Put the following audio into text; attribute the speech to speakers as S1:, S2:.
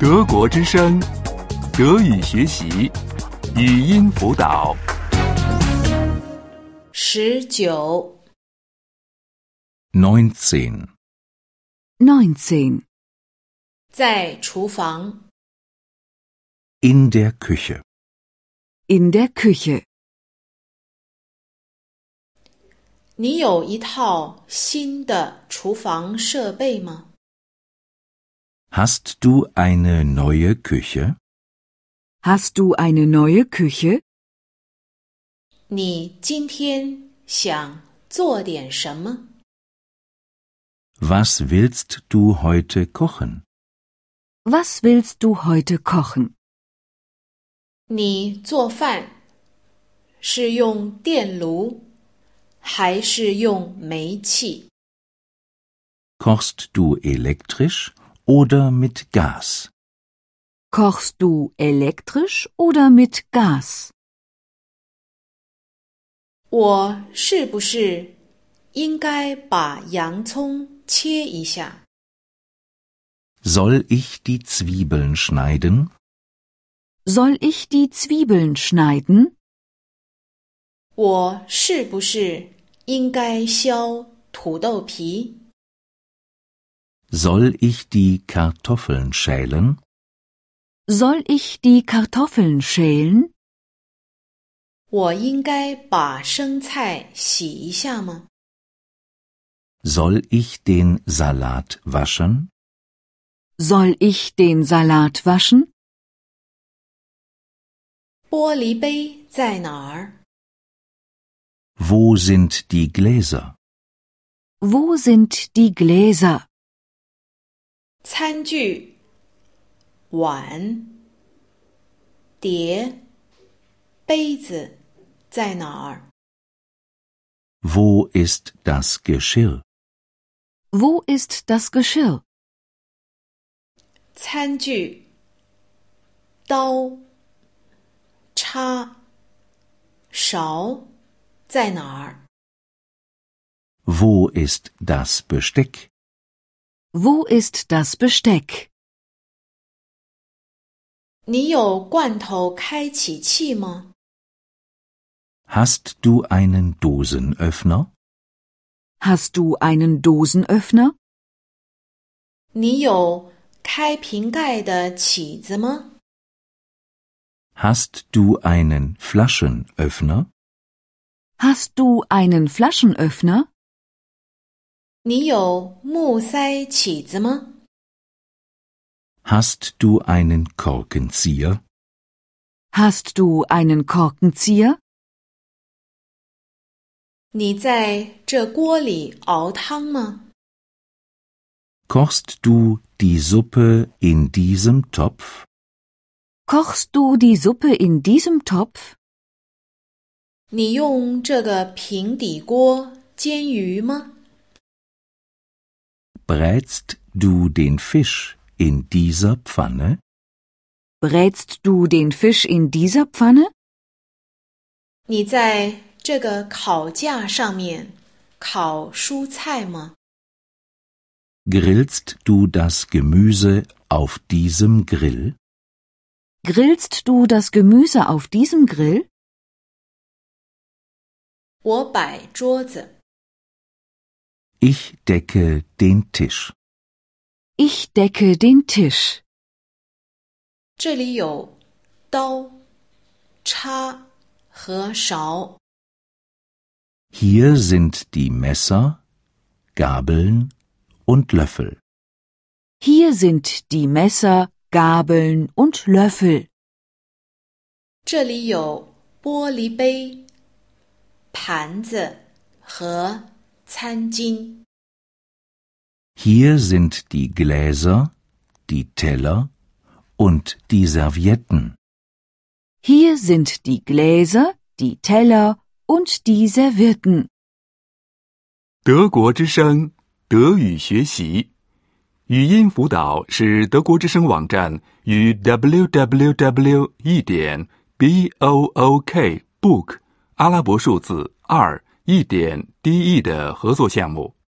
S1: 德国之声，德语学习，语音辅导。
S2: 十九，
S3: 19.
S4: 19.
S2: 在厨房，
S3: In der Küche.
S4: In der Küche.
S2: 你有一套新的厨房设备吗？
S3: Hast du eine neue Küche?
S4: Hast du eine neue Küche?
S2: 你今天想做点什么？
S3: Was willst du heute kochen?
S4: Was willst du heute kochen?
S2: 你做饭是用电炉还是用煤气？
S3: Kochst du elektrisch oder mit Gas?
S4: Kochst du elektrisch oder mit Gas?
S2: 我是不是应该把洋葱切一下？
S3: Soll ich die Zwiebeln schneiden?
S4: Soll ich die Zwiebeln schneiden?
S2: 我是不是应该削土豆皮？
S3: Soll ich die Kartoffeln schälen?
S4: Soll ich die Kartoffeln schälen?
S2: 我应该把生菜洗一下吗？
S3: Soll ich den Salat waschen?
S4: Soll ich den Salat waschen?
S2: 玻璃杯在哪儿？
S3: Wo sind die Gläser?
S4: Wo sind die Gläser?
S2: 餐具、碗、碟、杯子在哪儿？
S3: Wo ist das Geschirr?
S4: Wo ist das Geschirr?
S2: 餐具、刀、叉、勺在哪儿？
S3: Wo ist das Besteck?
S4: Wo ist das Besteck?
S2: 你有罐头开启器吗？
S3: Hast du einen Dosenöffner?
S4: Hast du einen Dosenöffner?
S2: 你有开瓶盖的起子吗？
S3: Hast du einen Flaschenöffner?
S4: Hast du einen Flaschenöffner?
S2: 你有木塞起子吗？
S3: Hast du einen Korkenzieher?
S4: Hast du einen Korkenzieher?
S2: 你在这锅里熬汤吗？
S3: Kochst du die Suppe in diesem Topf?
S4: Kochst du die Suppe in diesem Topf?
S2: 你用这个平底锅煎鱼吗？
S3: Brätst du den Fisch in dieser Pfanne?
S4: Brätst du den Fisch in dieser Pfanne?
S2: 你在这个烤架上面烤蔬菜吗？
S3: Grillst du das Gemüse auf diesem Grill?
S4: Grillst du das Gemüse auf diesem Grill?
S2: 我摆桌子，
S3: Ich decke den Tisch.
S4: Ich decke den Tisch.
S2: 这里有刀、叉和勺。
S3: Hier sind die Messer, Gabeln und Löffel.
S4: Hier sind die Messer, Gabeln und Löffel.
S2: 这里有玻璃杯、盘子和餐巾。
S3: Hier sind die Gläser, die Teller und die Servietten.
S4: Hier sind die Gläser, die Teller und die Servietten.
S1: 德国之声，德语学习，语音辅导是德国之声网站与 www. 一点 b o o k book 阿拉伯数字二一点 d e 的合作项目。